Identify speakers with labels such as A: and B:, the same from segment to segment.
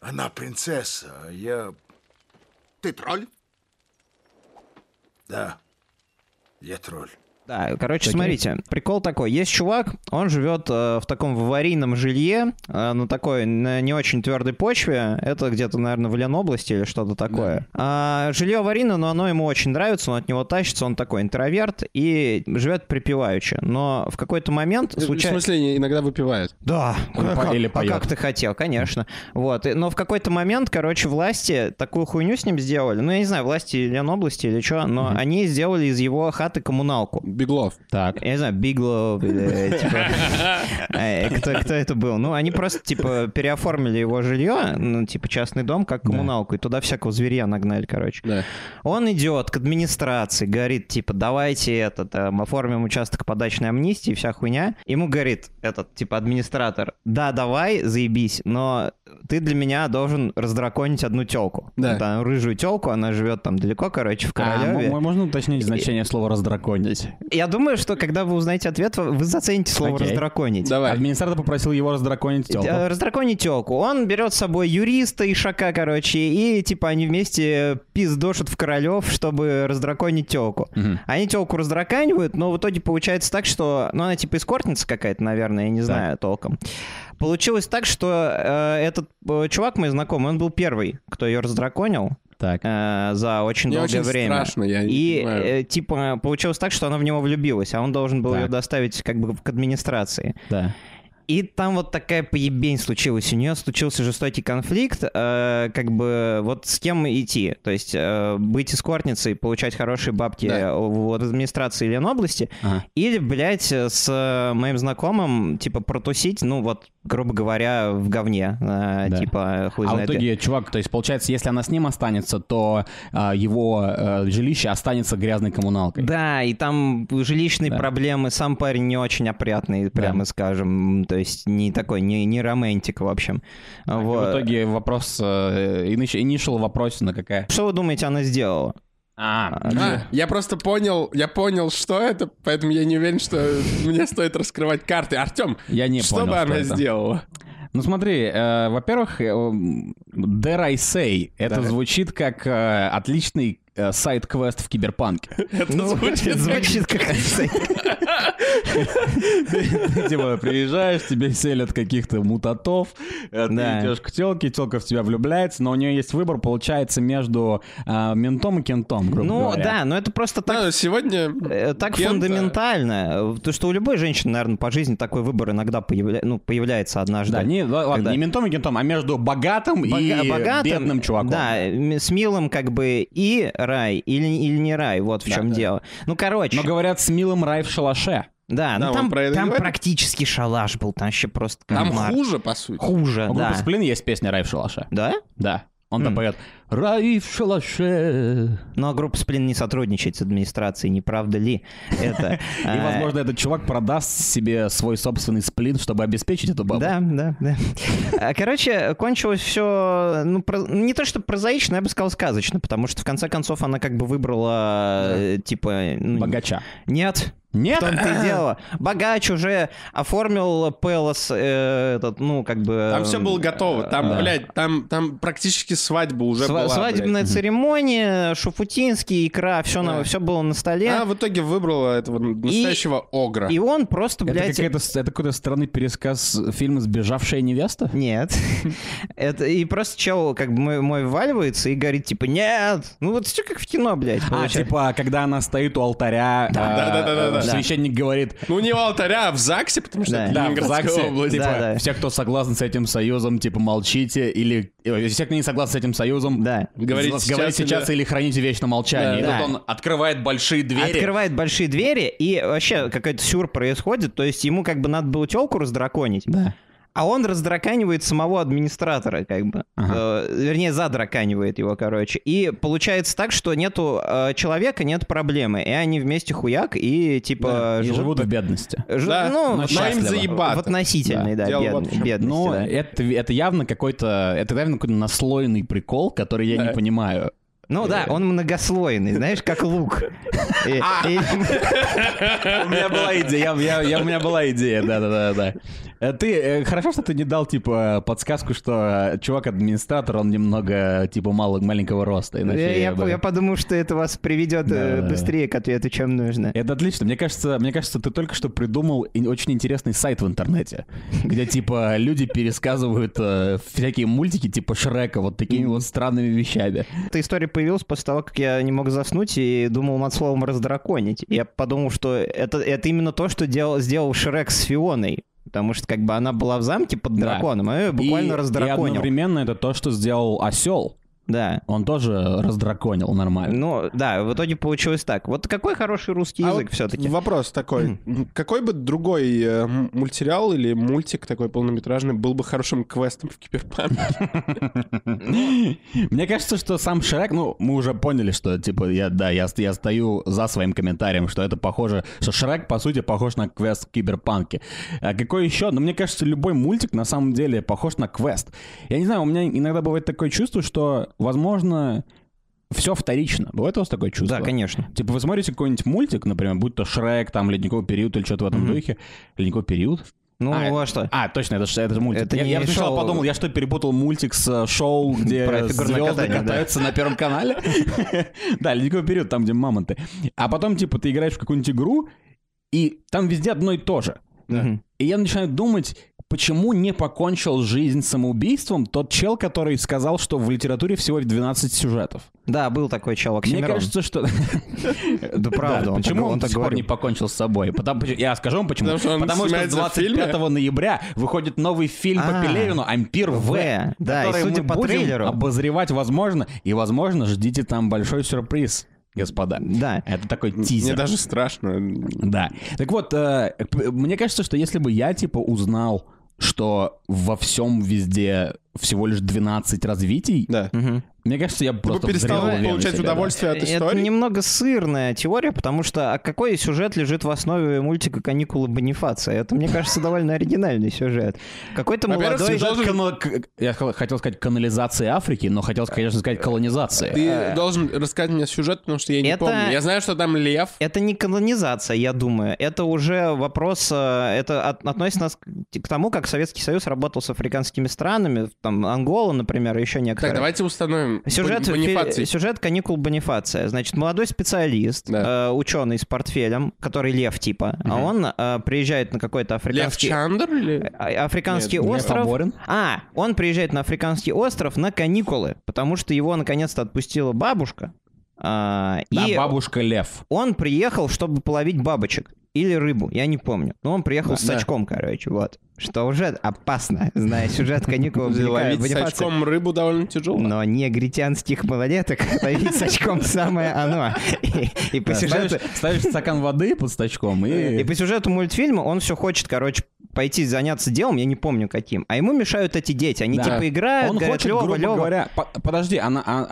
A: Она принцесса, а я...
B: Ты тролль?
A: Да, я тролль.
C: Да, короче, смотрите, прикол такой. Есть чувак, он живет э, в таком в аварийном жилье, э, на такой на не очень твердой почве. Это где-то, наверное, в Ленобласти или что-то такое. А, жилье аварийное, но оно ему очень нравится, он от него тащится, он такой интроверт и живет припеваючи. Но в какой-то момент
D: Э, В
C: случайно...
D: смысле, иногда выпивают.
C: Да,
E: Или
C: как-
E: Ну, по- или
C: а
E: поёт.
C: как ты хотел, конечно. Вот, и- но в какой-то момент, короче, власти такую хуйню с ним сделали. Ну, я не знаю, власти Ленобласти или что, но они сделали из его хаты коммуналку.
D: Беглов.
E: Так.
C: Я не знаю, Биглов или типа... э, Кто, кто это был? Ну, они просто, типа, переоформили его жилье, ну, типа, частный дом, как коммуналку, и туда всякого зверя нагнали, короче.
D: Да.
C: Он идет к администрации, говорит, типа, давайте это, там, оформим участок подачной амнистии, вся хуйня. Ему говорит этот, типа, администратор, да, давай, заебись, но ты для меня должен раздраконить одну телку.
D: Да.
C: рыжую телку, она живет там далеко, короче, в
E: А,
C: Королеве.
E: м- можно уточнить значение слова «раздраконить»?
C: Я думаю, что когда вы узнаете ответ, вы- вы зацените слово
E: Окей.
C: «раздраконить».
D: Давай.
E: Администратор попросил его раздраконить тёлку.
C: Э, Раздраконить телку. Он берет с собой юриста и шака, короче, и типа они вместе пиздошат в королев, чтобы раздраконить телку.
E: Мгм.
C: Они телку раздраканивают, но в итоге получается так, что... Ну, она типа эскортница какая-то, наверное, я не знаю толком. Получилось так, что э, этот э, чувак, мой знакомый, он был первый, кто ее раздраконил
E: Так.
C: э, за очень
D: Мне
C: долгое
D: очень
C: время.
D: страшно, я не
C: И,
D: понимаю.
C: э, типа, получилось так, что она в него влюбилась, а он должен был
E: Так.
C: ее доставить как бы к администрации.
E: Да.
C: И там вот такая поебень случилась. У нее случился жестокий конфликт, э, как бы вот с кем идти. То есть э, быть эскортницей, получать хорошие бабки
D: Да.
C: э, в от администрации или области,
E: Ага.
C: или, блядь, э, с э, моим знакомым, типа, протусить, ну вот, грубо говоря, в говне. э,
E: Да.
C: Типа, хуй
E: А в
C: знает.
E: итоге, чувак, то есть, получается, если она с ним останется, то а, его э, жилище останется грязной коммуналкой.
C: Да, и там жилищные
E: Да.
C: проблемы, сам парень не очень опрятный, прямо скажем, то есть не такой, не, не романтик, в общем.
E: А И
C: Вот.
E: В итоге вопрос, э, иниш- initial вопросина какая?
C: Что вы думаете, она сделала?
E: А,
D: А, я просто понял, я понял, что это, поэтому я не уверен, что мне стоит раскрывать карты. Артем,
E: я не
D: что
E: понял,
D: бы она
E: это.
D: сделала?
E: Ну смотри, э, во-первых, э, м, Dare I Say, это
D: Да.
E: звучит как э, отличный э, сайт-квест в Киберпанке.
D: Это
C: Ну,
D: звучит
C: звучит как...
E: Ты, Типа, приезжаешь, тебе селят каких-то мутатов, э, ты
C: Да.
E: идешь к телке, телка в тебя влюбляется, но у нее есть выбор, получается, между э, ментом и кентом, грубо
C: Ну
E: говоря.
C: да, но это просто так...
D: Да, сегодня...
C: э, Так
D: Ну, кем-то-
C: фундаментально, э, то что у любой женщины, наверное, по жизни такой выбор иногда появля- ну, появляется однажды.
E: Да, не, ла- ладно,
C: Когда-
E: не ментом и кентом, а между богатым
C: Бога-
E: и
C: богатым,
E: бедным чуваком.
C: Да, м- с милым как бы и рай, или, или не рай, вот в чем дело. Ну, короче,
E: Но говорят, с милым рай в шалаше.
C: да, ну
D: Да, он
C: там,
D: про это
C: там
D: говорит.
C: практически шалаш был, там вообще просто
D: Там
C: кошмар.
D: хуже, по сути.
C: Хуже,
E: У группы
C: да.
E: А Сплин есть песня «Рай в шалаше».
C: Да?
E: Да. Он там
C: М.
E: поет «Рай в шалаше».
C: Но Ну, а группа Сплин не сотрудничает с администрацией, не правда ли это?
E: И,
C: А,
E: возможно, этот чувак продаст себе свой собственный сплин, чтобы обеспечить эту бабу.
C: Да, да, да. А, Короче, кончилось все, ну, про- не то что прозаично, я бы сказал сказочно, потому что в конце концов она как бы выбрала, э, типа... ну,
E: Богача.
C: Нет, в
E: Нет?
C: том-то и дело. Богач уже оформил Пелос, э, этот, ну, как бы...
D: Там все было
C: э,
D: готово. Там, блядь, там, там практически свадьба уже
C: сва-
D: была. блядь.
C: свадебная церемония, шуфутинский, икра, все,
D: Да.
C: все было на столе.
D: А в итоге выбрала этого настоящего огра.
C: И он просто,
E: Это
C: блядь,
E: какая-то с- это какой-то странный пересказ фильма «Сбежавшая невеста»?
C: Нет. Это и просто чел, как бы мой, мой вваливается и говорит, типа, нет. Ну вот все как в кино, блядь.
E: А,
C: получается.
E: типа, когда она стоит у алтаря, э,
D: Да-да-да-да-да.
E: священник говорит,
D: Ну, не у алтаря, а в ЗАГСе, потому что
C: Да.
D: это
E: да, в
D: Ленинградская
E: ЗАГСе,
D: область.
E: типа,
C: Да, да.
E: все, кто согласен с этим союзом, типа, молчите, или э, все, кто не согласен с этим союзом,
C: Да.
D: Говорите
E: с- говорите
D: сейчас
E: сейчас или храните вечно молчание.
C: Да.
E: И тут он открывает большие двери.
C: Открывает большие двери, и вообще какой-то сюр происходит. То есть ему как бы надо было телку раздраконить,
E: Да.
C: а он раздраканивает самого администратора, как бы. Э, вернее, задраканивает его, короче. И получается так, что нету э, человека, нет проблемы. И они вместе хуяк, и типа
E: И живут
C: по-
E: в бедности.
C: ж-
D: Да,
C: ну,
D: но им
C: счастливо.
D: заебато.
C: В относительной, да,
D: Да. Дело
C: бед-
D: вот в чем.
C: бедности.
E: Ну,
C: да.
E: это, это явно какой-то, это явно какой-то наслойный прикол, который я не
D: Да.
E: понимаю.
C: Ну да, он многослойный, знаешь, как лук. И-
D: А!
C: и-
E: У меня была идея, я- я- я- у меня была идея, да-да-да. Э, Ты, э, хорошо, что ты не дал, типа, подсказку, что э, чувак-администратор, он немного, типа, мало, маленького роста. иначе
C: Я, я
E: бы-
C: по- я подумал, что это вас приведет э,
E: Да-да-да.
C: быстрее к ответу, чем нужно.
E: Это отлично. Мне кажется, мне кажется, ты только что придумал и- очень интересный сайт в интернете, где типа люди пересказывают э, всякие мультики типа Шрека вот такими вот странными вещами.
C: Эта история появилась после того, как я не мог заснуть и думал над словом «раздраконить». Я подумал, что это, это именно то, что делал, сделал Шрек с Фионой. Потому что как бы она была в замке под
E: Да.
C: драконом, а я её буквально
E: И- И
C: раздраконил.
E: одновременно это то, что сделал осел.
C: Да.
E: Он тоже раздраконил нормально.
C: Ну, да, в итоге получилось так. Вот какой хороший русский
D: А
C: язык
D: вот
C: все-таки?
D: Вопрос такой. Какой бы другой э, м- мультсериал или мультик такой полнометражный был бы хорошим квестом в киберпанке?
E: Мне кажется, что сам Шрек, ну, мы уже поняли, что, типа, я, да, я, ст- я стою за своим комментарием, что это похоже, что Шрек, по сути, похож на квест в Киберпанке. А какой еще? Ну, мне кажется, любой мультик, на самом деле, похож на квест. Я не знаю, у меня иногда бывает такое чувство, что, возможно, все вторично. Бывает у вас такое чувство?
C: Да, конечно.
E: Типа, вы смотрите какой-нибудь мультик, например, будь то Шрек, там, Ледниковый период или что-то в этом духе. Ледниковый период?
C: Ну,
E: А,
C: а что?
E: А, точно, это, ж- это же мультик.
C: Это
E: я
C: не
E: я сначала
C: шоу.
E: подумал, я что, перепутал мультик с э, шоу, где
C: Про фигурное
E: звезды
C: катание, да.
E: катаются на Первом канале? Да, «Ледниковый период», там, где мамонты. А потом, типа, ты играешь в какую-нибудь игру, и там везде одно и то же.
C: Мгм.
E: И я начинаю думать, почему не покончил жизнь самоубийством тот чел, который сказал, что в литературе всего 12 сюжетов.
C: Да, был такой чел,
E: Мне
C: Оксимирон.
E: кажется, что... Да
C: правда, он
E: Почему
C: так- он
E: он до
C: так
E: сих пор
C: говорил.
E: не покончил с собой? Потому- Я скажу вам почему.
D: Потому что он снимается в фильме.
E: 25 ноября выходит новый фильм по
C: А,
E: Пелевину «Ампир В»,
C: «В», да, и
E: который
C: судя
E: мы
C: по
E: будем
C: трейлеру-
E: обозревать возможно. И, возможно, ждите там большой сюрприз, господа.
C: Да.
E: Это такой
D: Мне
E: тизер.
D: даже страшно.
E: Да. Так вот, э, п- мне кажется, что если бы я, типа, узнал, что во всем везде всего лишь 12 развитий,
D: Да.
C: Мгм.
E: мне кажется, я бы
D: Ты бы
E: Ну, просто
D: перестал
E: взрывал вены
D: получать
E: себе, да.
D: удовольствие от
C: Э, Это
D: истории.
C: немного сырная теория, потому что а какой сюжет лежит в основе мультика «Каникулы Бонифация»? Это, мне кажется, довольно оригинальный сюжет. Какой-то
D: Во-первых,
C: молодой...
D: сюжет-
E: Должен- кана- к- Я хо- хотел сказать канализации Африки, но хотел, конечно, сказать колонизации.
D: Ты должен рассказать мне сюжет, потому что я не
C: А. это-
D: помню. Я знаю, что там лев.
C: Это не колонизация, я думаю. Это уже вопрос... э, Это от- относится нас к к тому, как Советский Союз работал с африканскими странами, там Ангола, например, и еще
D: Так,
C: некоторые.
D: давайте установим.
C: Сюжет,
D: Бон- Бонифаций.
C: фи- сюжет каникул Бонифация. Значит, молодой специалист,
D: Да.
C: э, ученый с портфелем, который лев типа, а он э, приезжает на какой-то
D: Лев
C: африканский...
D: Чандр или...
C: а- Африканский
D: Нет,
E: Лев
C: остров.
E: Аборин.
C: А, он приезжает на Африканский остров на каникулы, потому что его наконец-то отпустила бабушка. а,
E: Да,
C: и
E: бабушка Лев.
C: он приехал, чтобы половить бабочек или рыбу, я не помню. Но он приехал с сачком, короче, вот. Что уже опасно, зная сюжет каникул
D: Ловить с
C: Бонифация.
D: очком рыбу довольно тяжело.
C: Но негритянских малолеток ловить с очком самое оно. И- И по
E: Да,
C: сюжету...
E: ставишь, ставишь стакан воды под стачком и...
C: Э, И по сюжету мультфильма он все хочет, короче, пойти заняться делом, я не помню каким. А ему мешают эти дети. Они
E: Да.
C: типа играют,
E: Он
C: говорят,
E: хочет,
C: «Лёва,
E: грубо
C: Лёва».
E: говоря... по- подожди, а на- а-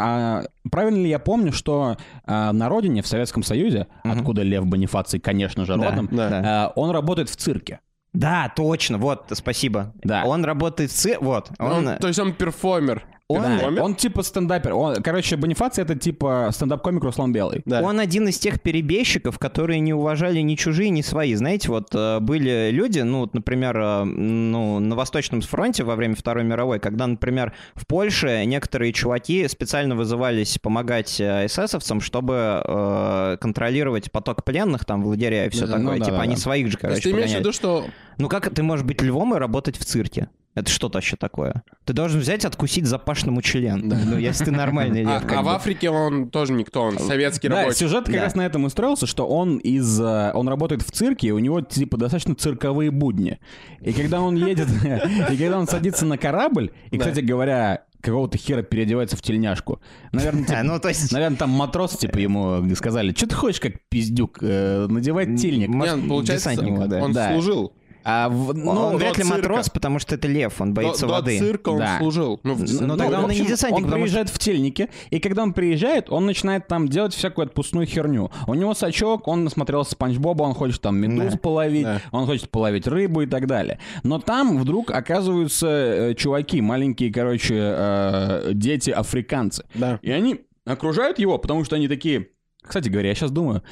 E: а правильно ли я помню, что а, на родине, в Советском Союзе, откуда Лев Бонифаций, конечно же,
C: Да,
E: родом,
C: да.
E: а, он работает в цирке.
C: Да, точно, вот, спасибо.
E: Да. Ну,
C: Он работает в цир... Вот,
D: Он-
C: он...
D: Ну,
C: э,
D: То есть он перформер.
C: он-
E: Да,
D: Перформер?
E: он типа стендапер. Он, короче, Бонифаций это типа стендап-комик Руслан Белый.
D: Да.
C: Он один из тех перебежчиков, которые не уважали ни чужие, ни свои. Знаете, вот э, были люди, ну, вот, например, э, ну, на Восточном фронте во время Второй мировой, когда, например, в Польше некоторые чуваки специально вызывались помогать э, эсэсовцам, чтобы э, контролировать поток пленных, там, в лагеря и все
E: Да,
C: такое.
E: ну да,
C: типа
E: да,
C: они
E: да.
C: своих же,
D: То
C: короче,
D: есть ты имеешь в
C: погоняли.
D: виду, что
C: Ну как ты можешь быть львом и работать в цирке? Это что вообще такое? Ты должен взять, откусить запашному член. Ну, если ты нормальный
D: А,
C: лев. как
D: а в
C: бы.
D: Африке он тоже никто, он советский
E: Да,
D: рабочий.
E: сюжет как
C: Да.
E: раз на этом и строился, что он из... э, Он работает в цирке, и у него, типа, достаточно цирковые будни. И когда он едет... И когда он садится на корабль, и, кстати говоря, какого-то хера переодевается в тельняшку. Наверное,
C: А,
E: типа...
C: Ну, то есть...
E: Наверное, там матрос, типа, ему сказали, что ты хочешь, как пиздюк, э, надевай тельник.
C: М-
D: Не,
C: может,
D: получается,
C: десантник,
D: он,
E: да.
D: он
E: Да.
D: служил.
E: А в-
C: Он,
E: ну,
D: до
C: вряд ли
D: цирка.
C: матрос, потому что это лев, он боится
D: до,
C: воды.
D: до цирка он
E: Да.
D: служил. Ну, в десант-
C: Ну,
D: ну,
C: тогда
D: в
C: он и не
D: общем,
C: десантник,
E: он
C: потому что-
E: приезжает в тельнике, и когда он приезжает, он начинает там делать всякую отпускную херню. У него сачок, он насмотрел Спанч Боба, он хочет там медуз половить, он хочет половить рыбу и так далее. Но там вдруг оказываются э, чуваки, маленькие, короче, э, дети-африканцы.
D: Да.
E: И они окружают его, потому что они такие... Кстати говоря, я сейчас думаю,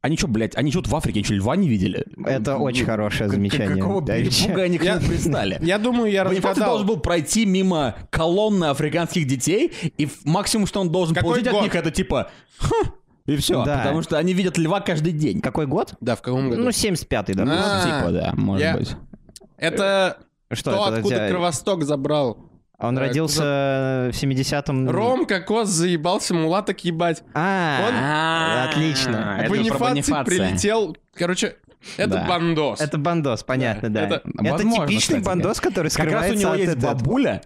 E: Они что, блядь, они что, в Африке, они что, льва не видели?
C: Это очень хорошее
E: ну, Как-
C: замечание.
E: Какого
C: Да, вообще.
E: перепуга они к нему пристали?
D: Я думаю, я
E: Понимаешь, ты должен
D: разгадал.
E: был пройти мимо колонны африканских детей, и ф- максимум, что он должен
D: Какой
E: получить от
D: год?
E: них, это типа «Хм», и все,
C: Да.
E: потому что они видят льва каждый день.
C: Какой год?
D: Да, в каком году?
C: Ну, 75-й, да.
D: А,
E: Типа, да, может
D: я-
E: быть.
D: Это
C: Что
D: то,
C: это за
D: откуда
C: дядя?
D: Кровосток забрал.
C: Он
D: Э,
C: родился в 70-м...
D: Ром, кокос, заебался мулаток ебать.
C: А,
E: А,
C: отлично.
E: это про
D: Бонифаций
E: Бонифация.
D: прилетел. Короче, это
E: Да.
D: бандос.
C: это бандос, понятно, да.
D: Это-
C: Это
E: Возможно,
C: типичный
E: кстати,
C: бандос, который
E: Как раз
C: скрывается
E: у него
C: от
E: есть
C: этого.
E: бабуля,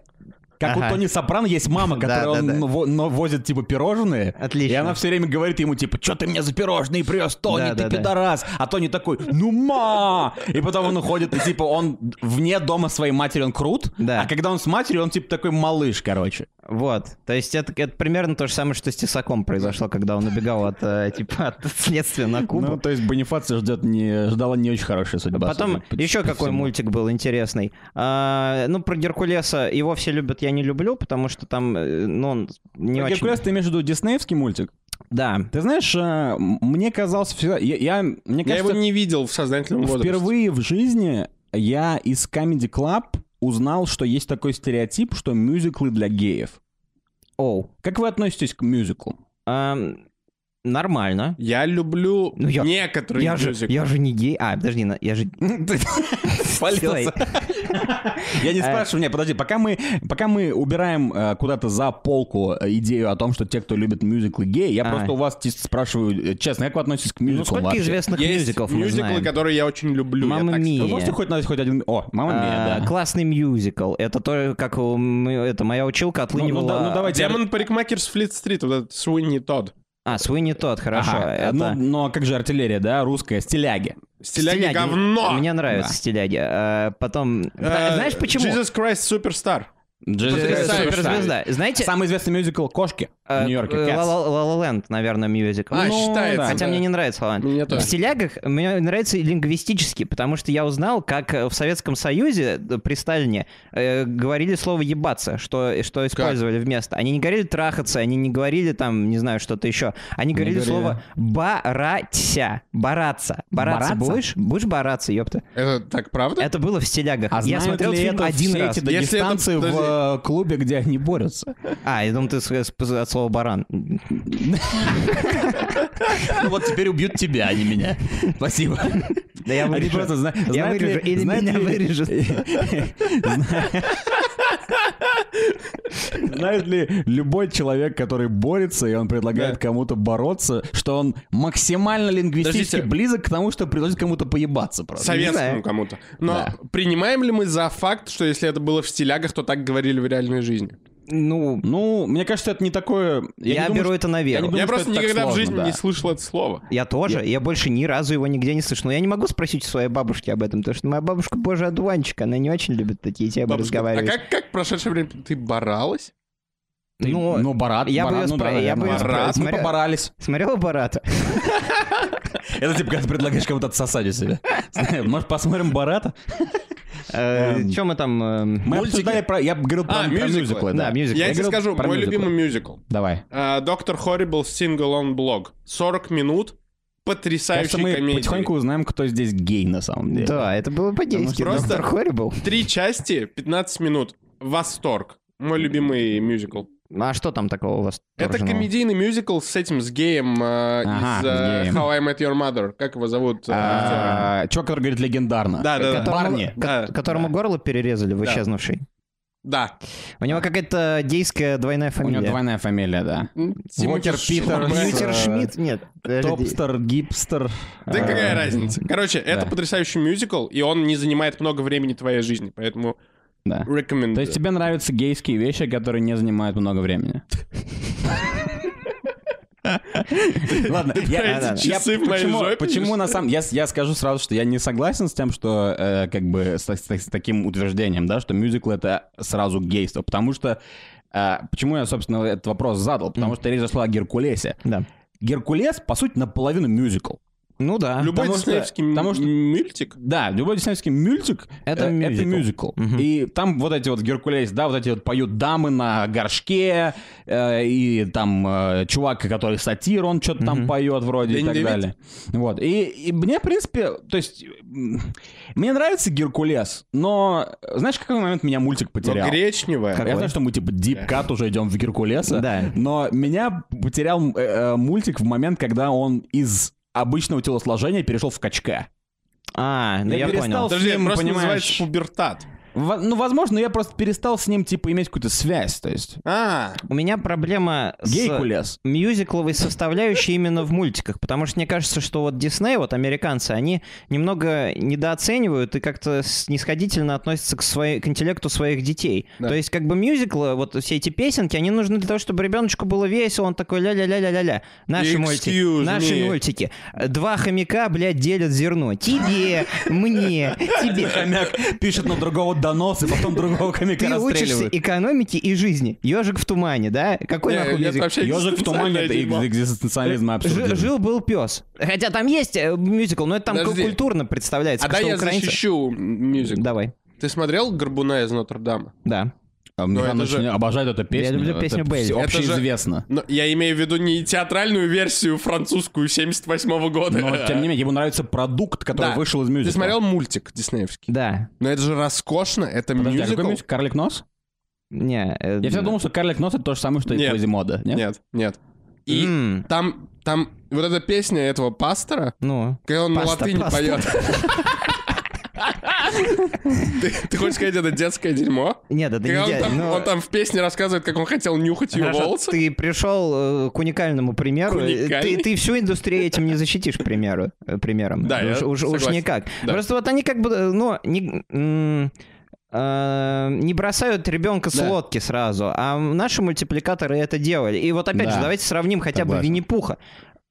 E: как
C: Ага.
E: у Тони Сопрано есть мама,
C: Да,
E: которая
C: да,
E: он
C: да.
E: во- но возит, типа, пирожные.
C: Отлично.
E: И она все время говорит ему, типа, что ты мне за пирожные привез, Тони,
C: Да,
E: ты
C: да, да.
E: пидорас. А Тони такой, ну ма! И потом он уходит, и, типа, он вне дома своей матери, он крут.
C: Да.
E: А когда он с матерью, он, типа, такой малыш, короче.
C: Вот. То есть это, это примерно то же самое, что с Тесаком произошло, когда он убегал от, э, типа, от следствия на Кубу.
E: Ну, то есть Бонифация ждет не, ждала не очень хорошая судьба.
C: Потом
E: судя по-
C: еще
E: по
C: какой
E: всему.
C: мультик был интересный. А, ну, про Геркулеса его все любят, я не люблю, потому что там, э, ну, он не
E: Про
C: очень...
E: Геркулес, ты имеешь в виду диснеевский мультик?
C: Да.
E: Ты знаешь, э, мне казалось всегда... Я, я- мне
D: Я
E: кажется,
D: его не видел в
E: Ну,
D: сознательном возрасте.
E: Впервые в жизни я из Comedy Club узнал, что есть такой стереотип, что мюзиклы для геев.
C: Оу.
E: Как вы относитесь к мюзиклу?
C: Ам, нормально.
D: Я люблю
C: Ну, я-
D: некоторые
C: Я же,
D: мюзиклы.
C: я же не гей. А, подожди, на- я же...
E: Ну, Спалился. Я не
C: Э.
E: спрашиваю, не, подожди, пока мы, пока мы убираем э, куда-то за полку э, идею о том, что те, кто любит мюзиклы геи, я
C: А.
E: просто у вас ти- спрашиваю, э, честно, как вы относитесь к
C: Ну,
E: мюзиклам
C: сколько
E: вообще?
C: известных
D: Есть
C: мюзиклов мы
D: мюзиклы,
C: знаем?
D: которые я очень люблю. я
C: «Мамма
D: так скажу.
E: Вы
C: Мия».
E: можете хоть назвать хоть один... О, мама
C: А,
E: мия, да.
C: Классный мюзикл. Это то, как у м- это моя училка
E: Ну, ну, да- ну,
C: отлынивала...
E: давайте...
D: Демон парикмахер с Флит-стрит, вот этот Суинни Тодд.
C: А, Суини Тодд, хорошо.
E: Ага,
C: это-
E: ну, но как же артиллерия, да, русская, стиляги.
D: Стиляги
C: Стиляги.
D: говно!
C: Мне нравятся
E: Да.
C: стиляги. А, потом...
D: Э,
C: Зна- Знаешь почему?
D: Jesus Christ Superstar.
E: Джей-
D: Потрясающе.
C: Суперзвезда. Знаете,
E: Самый известный мюзикл «Кошки» в
C: э,
E: Нью-Йорке.
C: э,
E: «Cats».
C: «Ла-Ла- «Ла-Ла-Ленд», наверное, мюзикл.
D: А,
C: Ну,
D: считается,
C: да. Хотя
D: да.
C: мне не нравится «Ла-Ленд».
D: Мне
C: В
D: тоже.
C: стилягах мне нравится и лингвистически, потому что я узнал, как э, в Советском Союзе э, при Сталине э, говорили слово «ебаться», что, что использовали вместо. Они не говорили «трахаться», они не говорили там, не знаю, что-то еще. Они говорили
E: говорили.
C: слово «бараться», «бараться». «Бараться»
E: Бараться?
C: будешь? Будешь бараться, ёпта.
D: Это так правда?
C: Это было в стилягах.
E: А
C: я
E: знают
C: смотрел
E: ли
C: фильм
E: это
C: один
E: все
C: раз.
E: эти
D: Если это-
E: дагестанцы в э, клубе, где они борются?
C: А, я думал, ты с- с- от слова «баран».
E: Ну вот теперь убьют тебя, а не меня. Спасибо.
C: Да я
E: Они
C: вырежу.
E: просто зна-
C: Я
E: знают ли-
C: вырежу, или
E: знают
C: меня
E: ли-
C: вырежут.
E: Зна- Знает ли любой человек, который борется, и он предлагает
D: Да.
E: кому-то бороться, что он максимально лингвистически
D: Подождите.
E: близок к тому, что предложит кому-то поебаться просто?
D: Советскому кому-то. Но
E: Да.
D: принимаем ли мы за факт, что если это было в стилягах, то так говорили в реальной жизни?
C: Ну,
E: Ну, мне кажется, это не такое... не
C: я
E: думаю,
C: беру
E: что-
C: это на веру.
E: не думаю,
D: я
E: что
D: просто
E: это так
D: никогда в
E: сложно,
D: жизни
E: да.
D: не слышал это слово.
C: Я тоже. Я... больше ни разу его нигде не слышал. Но я не могу спросить у своей бабушки об этом, потому что моя бабушка, боже, одуванчик. Она не очень любит такие темы
D: Бабушка, а
C: разговаривать.
D: как, как в прошедшее время ты баралась?
E: Ты-
C: Ну,
E: ну, Барат,
C: я бы
E: Барат,
C: её
E: ну,
C: спро-
E: да,
C: я
E: наверное,
C: бы её
E: Барат.
C: спро-
E: Мы
C: смотря-
E: поборались.
C: Смотрела Барата?
E: Это типа, когда ты предлагаешь кому-то отсосать у себя. Знаешь, Может, посмотрим Барата?
C: Че Э, мы там... эм,
E: Мы
D: Мультики.
E: обсуждали про... Я говорил про
D: А,
E: про
D: мюзиклы.
E: мюзиклы,
C: Да,
E: да.
C: мюзиклы.
D: Я, тебе
E: говорил
D: скажу,
E: про
D: мой
E: мюзиклы.
D: любимый мюзикл.
E: Давай.
D: А, Доктор Хоррибл Single on Blog. 40 минут
E: Кажется,
D: потрясающей
E: мы
D: комедии.
E: потихоньку узнаем, кто здесь гей на самом деле.
C: Да, это было по-дейски.
D: что просто-
C: Доктор Хоррибл.
D: Три части, 15 минут. Восторг. Мой любимый мюзикл.
C: А что там такого у вас?
D: Это
C: торженого?
D: комедийный мюзикл с этим, с геем э,
E: Ага,
D: из э,
E: с геем.
D: How I Met Your Mother. Как его зовут? э, актера?
E: А, Чувак, который говорит легендарно.
D: Да, да, да.
E: Барни.
D: Да,
C: Которому горло перерезали в
D: Да.
C: исчезнувший.
D: да.
C: У него какая-то гейская двойная
E: У него
C: фамилия.
E: двойная фамилия, да. Уокер Питер.
C: Питер
E: Э,
C: Шмидт? Нет. подожди. А.
E: Топстер, гипстер.
D: Да
E: А.
D: какая разница. Короче, это потрясающий мюзикл, и он не занимает много времени твоей жизни, поэтому
E: Да.
D: рекомендую.
E: То есть тебе нравятся гейские вещи, которые не занимают много времени? Ладно,
D: про эти часы в моей
E: почему-
D: жопе,
E: Почему
D: что
E: на самом я с- я скажу сразу, что я не согласен с тем, что э, как бы с с- с таким утверждением, да, что мюзикл это сразу гейство, потому что э, почему я собственно этот вопрос задал, потому что речь зашла о Геркулесе.
C: Да.
E: Геркулес по сути наполовину мюзикл.
C: Ну да.
D: Любой
E: а, потому что-
D: диснеевский м-
E: потому что-
D: мультик.
E: Да, любой диснеевский мультик
C: Это
E: э,
C: мюзикл. Мгм.
E: И там вот эти вот Геркулес, да, вот эти вот поют дамы на горшке, э, и там э, чувак, который сатир, он что-то там
C: Мгм.
E: поет вроде и
D: Дэнни
E: так
D: DeVito.
E: далее. Вот. И, и мне, в принципе, то есть, м, мне нравится Геркулес, но э, знаешь, в какой момент меня мультик
D: Но
E: потерял?
D: гречневая.
E: Я знаю, что мы типа дипкат уже идем в Геркулеса,
C: Да.
E: но меня потерял э, э, мультик в момент, когда он из обычного телосложения перешел в качка.
C: А, ну
E: Я
C: я
E: перестал
C: понял.
D: Подожди, это
E: Фильм,
D: просто
E: понимаешь.
D: называется пубертат.
E: Во- ну, возможно, я просто перестал с ним, типа, иметь какую-то связь, то есть...
D: А,
C: У меня проблема с
E: Гейкулес.
C: мюзикловой составляющей именно в мультиках, потому что мне кажется, что вот Дисней, вот американцы, они немного недооценивают и как-то снисходительно относятся к, своей, к интеллекту своих детей.
D: Да.
C: То есть как бы мюзиклы, вот все эти песенки, они нужны для того, чтобы ребеночку было весело, он такой ля-ля-ля-ля-ля-ля. Наши
D: Excuse
C: мультики, наши
D: me.
C: мультики. Два хомяка, блядь, делят зерно. Тебе, мне, тебе.
E: Хомяк пишет на другого донос, и потом другого комика
C: Ты учишься
E: расстреливают.
C: экономике и жизни. Ежик в тумане, да? Какой
D: Не, типа.
C: нахуй
D: я
C: мюзикл?
D: вообще
E: Ежик в тумане — это экз-
D: Экзистенциальное
E: экзистенциализм и
C: Жи-
E: абсурдизм.
C: Жил был пес. Хотя там есть э, мюзикл, но это там
D: Подожди.
C: культурно представляется.
D: А да,
C: что
D: я
C: украинцы-
D: защищу мюзикл.
C: Давай.
D: Ты смотрел «Горбуна из Нотр-Дама»?
C: Да.
E: А мне
D: Но
E: она
D: Ну, это же-
E: очень обожает эту песню.
C: люблю
E: это
C: песню
E: всё
C: Бэйли.
D: Это же-
E: Общеизвестно.
D: Но я имею в виду не театральную версию французскую 78 года.
E: Но, тем не менее, ему нравится продукт, который
D: Да.
E: вышел из мюзикла.
D: Ты смотрел мультик диснеевский?
C: Да.
D: Но это же роскошно, это
E: Подожди, а какой
D: мюзикл.
E: мюзикл? «Карлик нос»?
C: Не, э,
E: Я всегда думал, что «Карлик нос» — это то же самое, что и
D: Нет.
E: «Квазимода». Нет?
D: Нет, нет. И
C: М,
D: там, там вот эта песня этого пастора,
C: Ну.
D: когда он
C: Паста,
D: на латыни
C: паста.
D: поет. Ты, ты хочешь сказать, это детское дерьмо?
C: Нет, это
D: Когда
C: не
D: он,
C: дядя,
D: там,
E: ну.
C: но-
D: он там в песне рассказывает, как он хотел нюхать ее
C: Хорошо,
D: волосы.
C: Ты пришел э, к уникальному примеру.
D: К уникальной?
C: Ты, ты всю индустрию этим не защитишь примеру, э, примером.
D: Да, я
C: уж, уж- уж
D: согласен.
C: никак.
D: Да.
C: Просто вот они как бы, э, ну, не, м, э, не бросают ребенка с
E: Да.
C: лодки сразу, а наши мультипликаторы это делали. И вот опять
E: Да.
C: же, давайте сравним хотя бы
E: Согласен.
C: Винни-Пуха.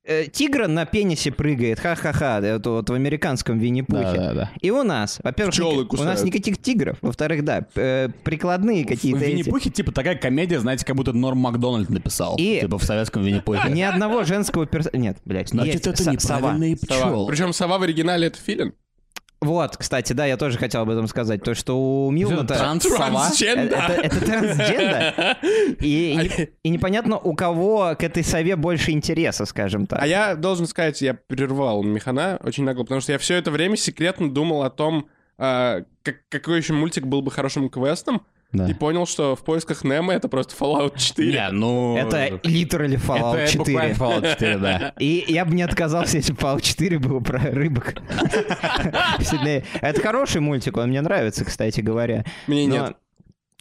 C: Э, Тигра на пенисе прыгает, ха-ха-ха, э, это вот в американском Винни-Пухе.
E: Да-да-да.
C: И у нас, во-первых,
D: Пчелы
C: ника- у нас
D: кусают.
C: никаких тигров, во-вторых, да, э, прикладные
E: В
C: какие-то эти.
E: Винни-Пухе, типа, такая комедия, знаете, как будто Норм Макдональд написал.
C: И-
E: Типа в советском Винни-Пухе.
C: Ни одного женского персонажа. Нет, блядь, есть
E: Значит, это
C: со- сова.
E: неправильные пчелы.
D: Причем сова в оригинале это филин.
C: Вот, кстати, да, я тоже хотел об этом сказать. То, что у Милмота...
E: Транс-сова.
C: Это,
D: Трансгендер.
C: это трансгендер. И,
D: А
C: не- и непонятно, у кого к этой сове больше интереса, скажем так.
D: А я должен сказать, я прервал механа очень нагло, потому что я все это время секретно думал о том, а, как- какой еще мультик был бы хорошим квестом,
E: Да.
C: типа
D: и понял, что в поисках Немо это просто Fallout 4.
E: Не, ну...
C: Это literally Fallout
E: Это
C: 4.
E: буквально Fallout 4, да.
C: И я бы не отказался, если бы Fallout 4 было про рыбок. Сильнее. Это хороший мультик, он мне нравится, кстати говоря.
D: Мне
C: Но-
D: нет.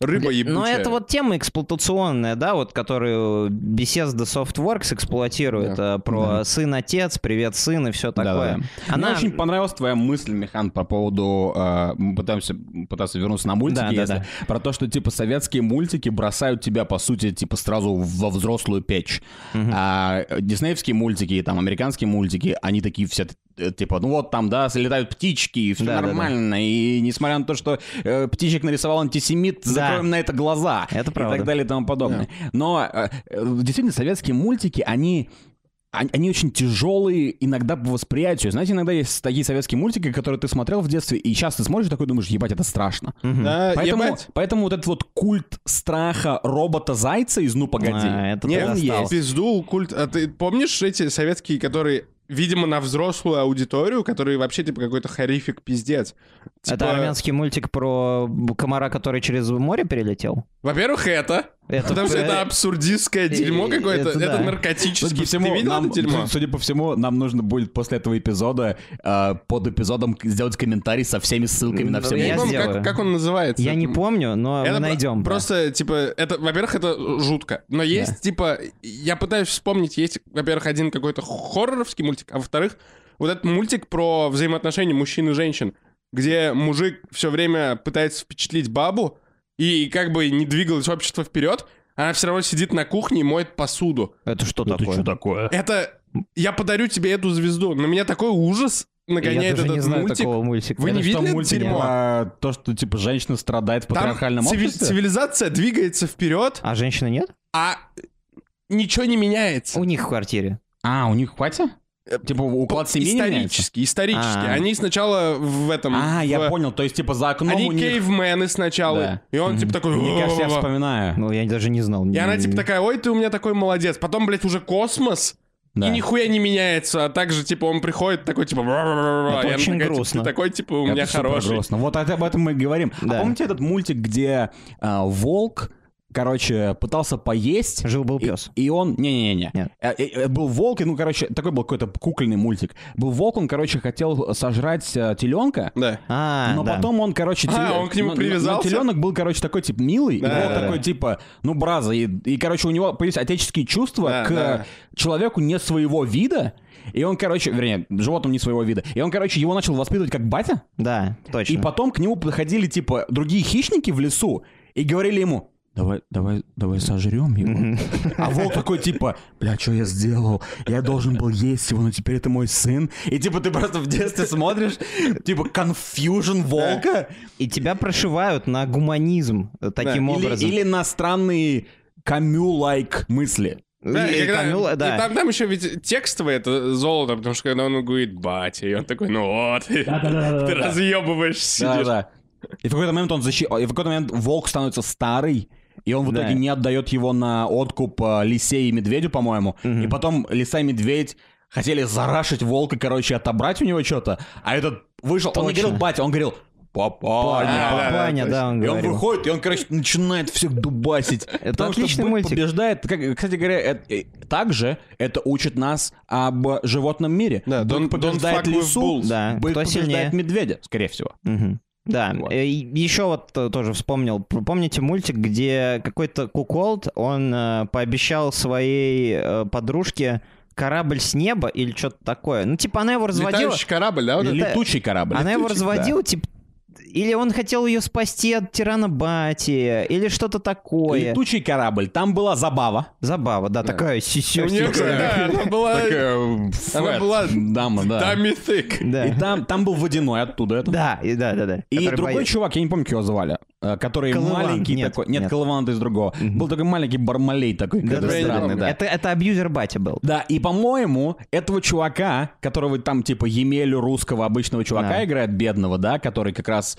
D: Рыба ебучая.
C: Но ну, это вот тема эксплуатационная, да, вот которую Bethesda Softworks эксплуатирует э, про сын-отец, привет сын и все такое.
E: Да-да-да.
D: Ну,
C: Она
E: Мне очень понравилась твоя мысль, Михан, по поводу... э, мы пытаемся пытаться вернуться на мультики,
C: Да, да,
E: если- Про то, что, типа, советские мультики бросают тебя, по сути, типа, сразу во взрослую печь.
C: Хм.
E: А диснеевские мультики, и там, американские мультики, они такие все э, типа, ну вот там, да, слетают птички, и все
C: Да, да, да.
E: нормально. И несмотря на то, что э, птичек нарисовал антисемит,
C: Да.
E: закроем на это глаза.
C: Это
E: И
C: правда.
E: так далее и тому подобное. Но э, э, действительно, советские мультики, они... Они, они очень тяжелые иногда по восприятию. Знаете, иногда есть такие советские мультики, которые ты смотрел в детстве, и сейчас ты смотришь такой думаешь, ебать, это страшно.
C: Хм. Э,
D: Да,
E: Поэтому,
D: ебать.
E: поэтому вот этот вот культ страха робота-зайца из «Ну, погоди»,
C: А, это
E: он
C: ты
D: Нет,
C: достал.
E: есть.
D: в пизду, культ. А ты помнишь эти советские, которые, видимо, на взрослую аудиторию, которые вообще типа какой-то хорифик пиздец?
C: Это
D: Типа,
C: армянский мультик про комара, который через море перелетел.
D: Во-первых, это.
C: Это-
D: потому что это
C: э,
D: абсурдическое дерьмо
C: э,
D: какое-то.
C: это
D: Это,
C: да.
E: Судя
D: наркотический.
E: Ну, по всему,
D: Ты видел
E: нам,
D: это Ну, дерьмо?
E: судя по всему, нам нужно будет после этого эпизода э, под эпизодом к- сделать комментарий со всеми ссылками на
C: Ну,
E: все
C: я
D: Не
E: мультики.
D: помню,
C: сделаю.
D: как, как он называется.
C: Я не
D: М,
C: помню, но
D: Это
C: мы
D: про-
C: найдем. да.
D: Просто, типа, это, во-первых, это жутко. Но есть, типа, я пытаюсь вспомнить, есть, во-первых, один какой-то хорроровский мультик, а во-вторых, вот этот мультик про взаимоотношения мужчин и женщин, где мужик все время пытается впечатлить бабу, и как бы не двигалось общество вперед, она все равно сидит на кухне и моет посуду.
C: Это что
D: Ну,
C: такое?
E: такое?
D: Это... Я подарю тебе эту звезду. На меня такой ужас
C: Я
D: нагоняет
C: даже
D: этот
C: не знаю
D: мультик.
C: такого мультика.
D: Вы
E: Это
D: не
E: что,
D: видели это
E: мультик
D: дерьмо?
E: про то, что, типа, женщина страдает в
D: Там
E: патриархальном
D: цивили-
E: обществе?
D: цивилизация двигается вперед,
C: А женщины нет?
D: а ничего не меняется.
C: У них в квартире.
E: А, у них хватит?
D: Э,
E: Типа уклад семьи не меняется?
D: Исторически, исторически.
C: А.
D: Они сначала в этом...
E: А, я
D: в-
E: понял, то есть типа за окном
D: Они
E: у них...
D: кейвмены сначала.
E: Да.
D: И он типа такой...
E: Мне кажется, я
D: «Во-во-во».
E: вспоминаю.
C: Ну, я даже не знал.
D: И она типа такая, ой, ты у меня такой молодец. Потом, блядь, уже космос.
E: Да.
D: И нихуя не меняется. А также, типа, он приходит такой, типа... «Ра-ра-ра-ра-ра».
C: Это
D: И она
C: очень
D: такая, типа,
C: грустно.
D: «Ты такой, типа, у меня
E: Это супер
D: хороший.
E: грустно. Вот об этом мы и говорим. А
C: Да.
E: помните этот мультик, где а, волк, короче, пытался поесть?
C: Жил был
E: и-
C: пес.
E: И, он... Не-не-не.
C: Нет.
E: Э, э, э, Был волк, и, ну, короче, такой был какой-то кукольный мультик. Был волк, он, короче, хотел сожрать э, теленка.
D: Да.
C: А,
E: Но
C: да.
E: потом он, короче,
D: А, он к нему привязался?
E: теленок был, короче, такой, типа, милый, и
D: Да,
E: волк
D: да,
E: такой,
D: да.
E: типа, ну, браза. И, и, короче, у него появились отеческие чувства
D: Да,
E: к
D: да.
E: человеку не своего вида. И он, короче, вернее, животному не своего вида. И он, короче, его начал воспитывать как батя.
C: Да, точно.
E: И потом к нему подходили, типа, другие хищники в лесу и говорили ему, давай, давай, давай сожрем его. А волк такой, типа, бля, что я сделал? Я должен был есть его, но теперь это мой сын. И, типа, ты просто в детстве смотришь, типа, конфьюжн волка.
C: И тебя прошивают на гуманизм э, таким
E: Или-
C: образом.
E: Или на странные камю-лайк мысли.
D: Да,
C: Или
D: и когда-
E: ну,
C: Камила,
D: и
C: да.
D: там, там еще ведь текстовое это золото, потому что когда он говорит батя, и он такой, ну вот, ты разъебываешь, сидишь.
E: Да-да. И в какой-то момент он защи... И в какой-то момент волк становится старый, и он в
C: Да.
E: итоге не отдает его на откуп э, лисе и медведю, по-моему. И потом лиса и медведь хотели зарашить волка, короче, отобрать у него что-то. А этот вышел, он не
C: Точно.
E: говорил батя, он говорил папа.
D: да, да,
C: Папаня, да, он
E: И он
C: говорил.
E: выходит, и он, короче, начинает всех дубасить.
C: Это
E: Потому что
C: отличный
E: бык
C: мультик.
E: побеждает. Как- кстати говоря, это- э, также это учит нас об животном мире.
D: Да,
E: Бык
D: don't- don't fuck
E: побеждает
D: with
E: лису,
D: bulls.
C: Да,
E: бык
C: кто сильнее.
E: побеждает медведя, скорее всего.
C: Мгм. Да,
E: Вот.
C: еще вот э, тоже вспомнил. П- Помните мультик, где какой-то куколд, он э, пообещал своей э, подружке корабль с неба или что-то такое. Ну, типа, она его разводила.
D: Летающий корабль, да? вот
C: Ле-
D: это?
E: Летучий корабль.
C: Она его
E: Летучий,
C: разводила, типа, или он хотел ее спасти от тирана Бати, или что-то
E: да.
C: такое.
E: Летучий корабль. Там была забава.
C: Забава, да, такая
D: У неё,
C: сисёстика.
D: кстати, да, она была... Она была...
E: Дама, да.
D: Dummy thick.
C: Да,
E: И там, там был водяной оттуда. Это.
C: да, и- да, да, да.
E: И
C: который
E: другой
C: боец.
E: чувак, я не помню, как его звали, э, который
C: Колыван.
E: маленький
C: Нет,
E: такой. Нет,
C: нет.
E: Колыван это из другого. Был такой маленький бармалей такой,
C: Да,
E: какой-то
C: да, да,
E: странный,
C: да.
E: да.
C: Это, это абьюзер Бати был.
E: Да, и, по-моему, этого чувака, которого там, типа, Емелю русского обычного чувака
C: Да.
E: играет, бедного, да, который как раз...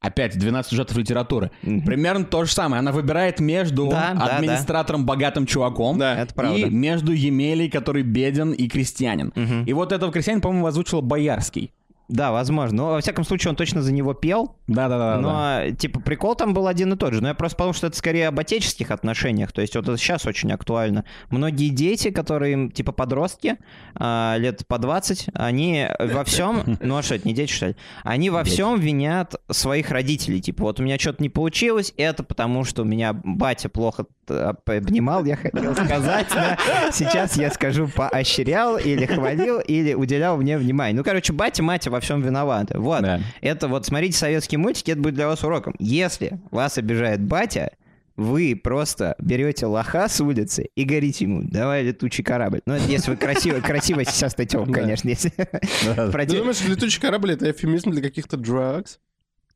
E: Опять 12 сюжетов литературы. Примерно то же самое. Она выбирает между
C: Да, да,
E: администратором богатым чуваком
D: Да.
C: Это правда.
E: и между Емелей, который беден и крестьянин. И вот этого крестьянина, по-моему, озвучил Боярский.
C: Да, возможно. Но, во всяком случае, он точно за него пел.
E: Да-да-да. да.
C: Но, типа, прикол там был один и тот же. Но я просто подумал, что это скорее об отеческих отношениях. То есть вот это сейчас очень актуально. Многие дети, которые, им, типа, подростки, а, лет по 20, они во всем... Ну, а что, это не дети, что ли? Они во всем винят своих родителей. Типа, вот у меня что-то не получилось, это потому, что меня батя плохо э, обнимал, я хотел сказать, да. Сейчас я скажу, поощрял или хвалил, или уделял мне внимание. Ну, короче, батя, мать во всем виноваты. Вот.
E: Да.
C: Это вот, смотрите советские мультики, это будет для вас уроком. Если вас обижает батя, вы просто берете лоха с улицы и говорите ему, давай летучий корабль. Ну, это если вы красиво, красиво сейчас Татём, конечно, если про
D: Ты
C: те-
D: думаешь, летучий корабль — это эфемизм для каких-то drugs?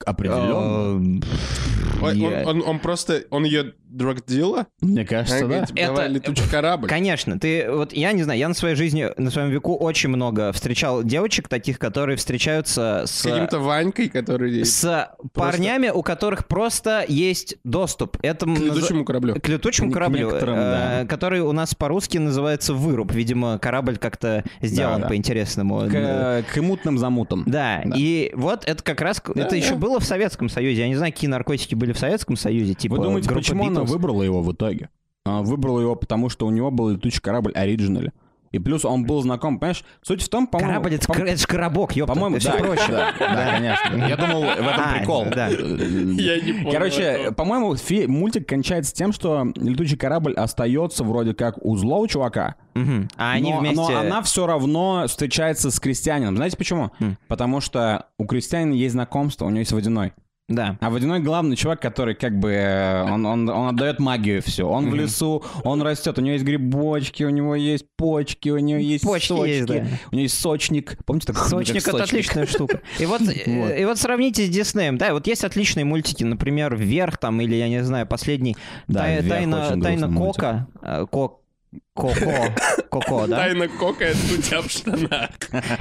E: Определенно.
C: Эм,
D: Он,
C: я-
D: он- он просто... Он ее drug-дила?
E: Мне кажется, да.
C: Это-
D: типа, Давай летучий корабль.
C: Конечно, ты вот я не знаю, я на своей жизни, на своем веку очень много встречал девочек таких, которые встречаются
D: С
C: с
D: каким-то Ванькой, который... К
C: с парнями, у которых просто есть доступ. Это м-
D: летучему кораблю.
C: к летучему
E: К
C: кораблю,
E: некоторым,
C: э,
E: да.
C: который у нас по-русски называется выруб. Видимо, корабль как-то сделан
E: Да, да.
C: по-интересному.
E: К, э, к имутным замутам.
C: Да, и вот это как раз, это еще было в Советском Союзе. Я не знаю, какие наркотики были в Советском Союзе, типа
E: Вы думаете,
C: группа
E: почему она
C: Beatles.
E: выбрала его в итоге? Она выбрала его, потому что у него был летучий корабль оригинале. И плюс он был знаком, понимаешь? Суть в том, по-моему...
C: Корабль, это,
E: по-
C: кр- это ж коробок, ёпта,
E: По-моему,
C: все
E: да,
C: проще.
E: Да, да, конечно. Я думал, в этом
C: А,
E: прикол. Э,
C: да.
D: Я не понял
E: Короче,
D: этого.
E: по-моему, фи- мультик кончается тем, что летучий корабль остается вроде как у злого чувака,
C: Мгм. А они
E: но,
C: вместе...
E: но она все равно встречается с крестьянином. Знаете почему?
C: Хм.
E: Потому что у крестьянина есть знакомство, у него есть водяной.
C: Да.
E: А водяной главный чувак, который как бы э, он, он, он отдает магию все. Он в лесу, он растет, у него есть грибочки, у него есть почки, у него есть
C: Почки
E: сочки,
C: есть, да.
E: у него есть сочник. Помните такой?
C: Сочник это отличная штука. И вот, э, и вот сравните с Диснеем. Да, вот есть отличные мультики, например, «Вверх» там, или, я не знаю, последний
E: Да,
C: «Тай-
E: «Вверх»
C: «Тайна,
E: очень
C: тайна
E: грустный мультик.
C: Кока». э, Кок- Коко. Коко, да?
D: Тайна Кока — это у тебя в штанах.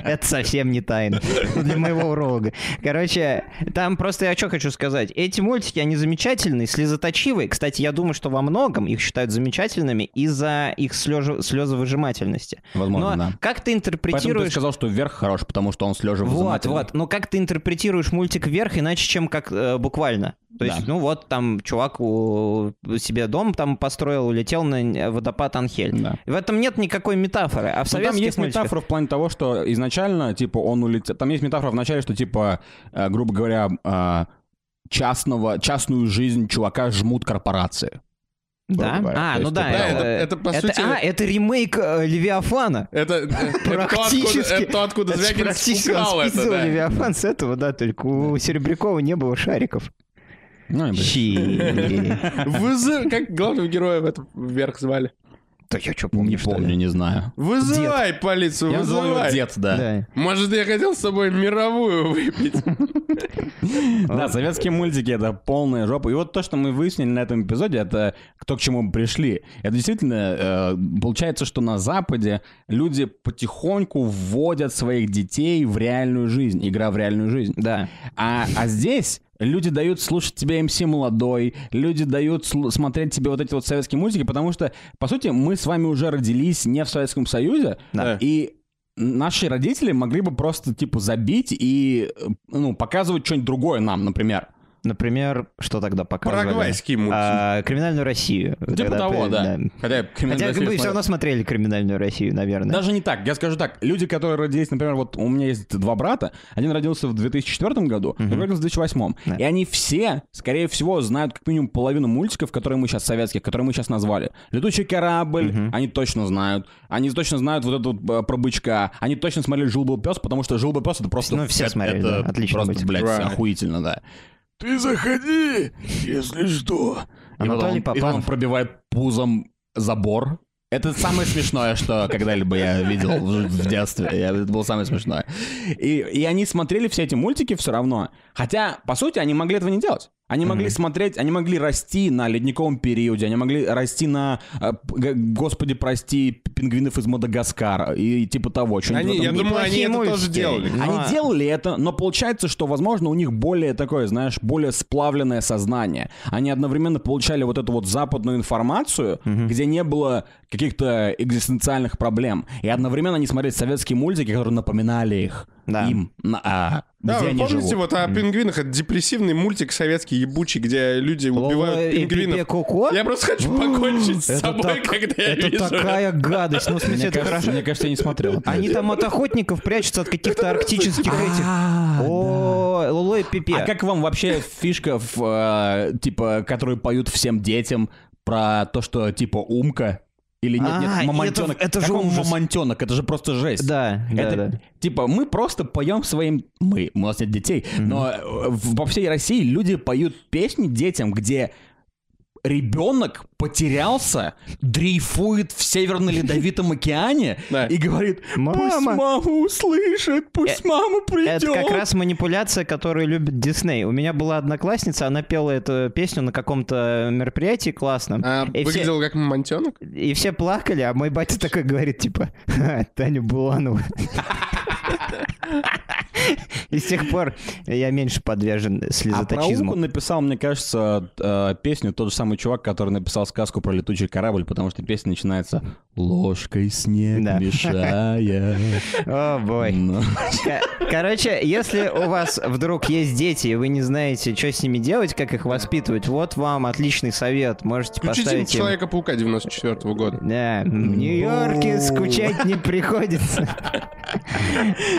C: Это совсем не тайна. Ну, Для моего уролога. Короче, там просто я что хочу сказать. Эти мультики, они замечательные, слезоточивые. Кстати, я думаю, что во многом их считают замечательными из-за их слёжу- слезовыжимательности.
E: Возможно,
C: Но
E: да.
C: как ты
E: Поэтому ты
C: интерпретируешь...
E: сказал, что вверх хорош, потому что он слеживает.
C: Вот, вот. Но как ты интерпретируешь мультик вверх, иначе, чем как э, буквально? То есть,
E: Да.
C: ну вот там чувак у- себе дом там построил, улетел на водопад Анхель.
E: Да.
C: В этом нет никакой метафоры. А в
E: Ну, там
C: советских
E: есть
C: мультиках-
E: метафора в плане того, что изначально, типа, он улетел... Там есть метафора в начале, что, типа, э, грубо говоря, э, частного, частную жизнь чувака жмут корпорации.
C: Да?
E: Грубо говоря.
C: А,
E: То
C: ну
E: есть,
C: да.
E: типа,
D: Да,
C: э,
D: это- это, по сути-
C: А, это ремейк э, Левиафана.
D: Это, это то, откуда,
C: Практически.
D: это то, откуда
C: Это же
D: Звягин
C: практически он
D: спугал это,
C: списывал
D: да.
C: Левиафан с этого, да, только у Серебрякова не было шариков.
E: Ну, и, блин.
C: Чи.
D: Вызы- Как главного героя в этом вверх звали?
C: Да я что
E: Не
C: помню, что ли?
E: помню, не знаю.
D: Вызывай полицию,
E: Я называл его
D: вызывай.
E: дед, да.
C: Да.
D: Может, я хотел с собой мировую выпить?
E: Да, советские мультики — это полная жопа. И вот то, что мы выяснили на этом эпизоде, это то, к чему мы пришли. Это действительно, э, получается, что на Западе люди потихоньку вводят своих детей в реальную жизнь. Игра в реальную жизнь.
C: Да.
E: А, а здесь люди дают слушать тебе МС молодой, люди дают слу- смотреть тебе вот эти вот советские мультики, потому что, по сути, мы с вами уже родились не в Советском Союзе,
D: Да.
E: и наши родители могли бы просто, типа, забить и, э, ну, показывать что-нибудь другое нам, например.
C: Например, что тогда показывали?
D: Парагвайский мультик.
C: А, Криминальную Россию.
E: Типа
C: Тогда
E: того,
C: ты-
E: да. Хотя, «Криминальная
C: Хотя
E: Россия»
C: мы все
E: смотрел.
C: равно смотрели Криминальную Россию, наверное.
E: Даже не так. Я скажу так. Люди, которые родились, например, вот у меня есть два брата. Один родился в 2004 году, другой родился в 2008.
C: Да.
E: И они все, скорее всего, знают как минимум половину мультиков, которые мы сейчас советских, которые мы сейчас назвали. «Летучий корабль» они точно знают. Они точно знают вот эту вот, э, про бычка. Они точно смотрели «Жил был пес», потому что «Жил был пес» это просто...
C: Ну, все
E: это-
C: смотрели,
E: это
C: да. Отлично
E: Просто,
C: быть.
E: блядь,
D: Right.
E: охуительно, да. «Ты заходи, если что». И потом
C: Анатолий
E: он- и потом
C: Папанов.
E: он пробивает пузом забор. Это самое смешное, что когда-либо я видел в, в детстве. Я- это было самое смешное. И, и они смотрели все эти мультики все равно. Хотя, по сути, они могли этого не делать. Они могли смотреть, они могли расти на ледниковом периоде, они могли расти на, э, п- г- господи, прости, пингвинов из Мадагаскара и, типа того. что-нибудь в
D: Они-
E: этом
D: я
E: роде.
D: думаю, они
C: Неплохие
D: это тоже
C: мультики.
D: делали.
C: Ну,
E: Они
C: а-
E: делали это, но получается, что, возможно, у них более такое, знаешь, более сплавленное сознание. Они одновременно получали вот эту вот западную информацию, где не было каких-то экзистенциальных проблем. И одновременно они смотрели советские мультики, которые напоминали их.
C: Да.
E: Им. на- а,
D: Да,
E: где
D: вы
E: они
D: помните
E: живут.
D: вот о пингвинах? Это депрессивный мультик советский ебучий, где люди убивают
C: и Пепе
D: пингвинов.
C: Коко?
D: Я просто хочу покончить с
C: э, Это
D: собой,
C: так-
D: когда я
C: Это
D: вижу. это.
C: такая гадость. Ну, в смысле,
E: Мне
C: это
E: кажется,
C: хорошо.
E: мне кажется, я не смотрел.
C: Они там от охотников прячутся от каких-то арктических этих.
E: А,
C: О, Лоло и Пипе.
E: А как вам вообще фишка, в, э, типа, которую поют всем детям про то, что, типа, умка? Или нет,
C: А,
E: нет,
C: это-
E: мамонтенок.
C: это же
E: Какой
C: ужас.
E: мамонтенок, это же просто жесть.
C: Да, да,
E: Это,
C: да.
E: Типа, мы просто поем своим... Мы, у нас нет детей, но э, в- во всей России люди поют песни детям, где ребенок потерялся, дрейфует в Северно-Ледовитом океане
D: Да.
E: и говорит, пусть
C: Мама!»
E: мама услышит, пусть мама придет.
C: Э, Это как раз манипуляция, которую любит Дисней. У меня была одноклассница, она пела эту песню на каком-то мероприятии классном.
D: А,
C: и, все,
D: Выглядел как мамонтенок?
C: и все плакали, а мой батя такой говорит, типа, «Ха, Таня Буланова. И с тех пор я меньше подвержен
E: А про Умку
C: слезоточизму.
E: написал, мне кажется, э, песню тот же самый чувак, который написал сказку про летучий корабль, потому что песня начинается «Ложкой снег
C: Да.
E: мешая».
C: О, бой.
E: Ну,
C: Ко- Короче, если у вас вдруг есть дети, и вы не знаете, что с ними делать, как их воспитывать, вот вам отличный совет. Можете
D: Включите
C: поставить им...
D: Человека-паука 94 года.
C: Да, в Нью-Йорке скучать не приходится.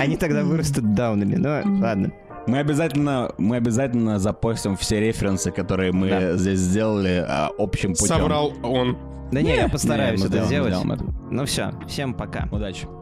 C: Они тогда вырастут даунами, ну ладно.
E: Мы обязательно, мы обязательно запостим все референсы, которые мы
C: Да.
E: здесь сделали а, общим путем.
D: Соврал он.
C: Да не, я постараюсь
E: Не, мы
C: это
E: сделаем, мы
C: сделать.
E: сделаем это.
C: Ну все, всем пока.
E: Удачи.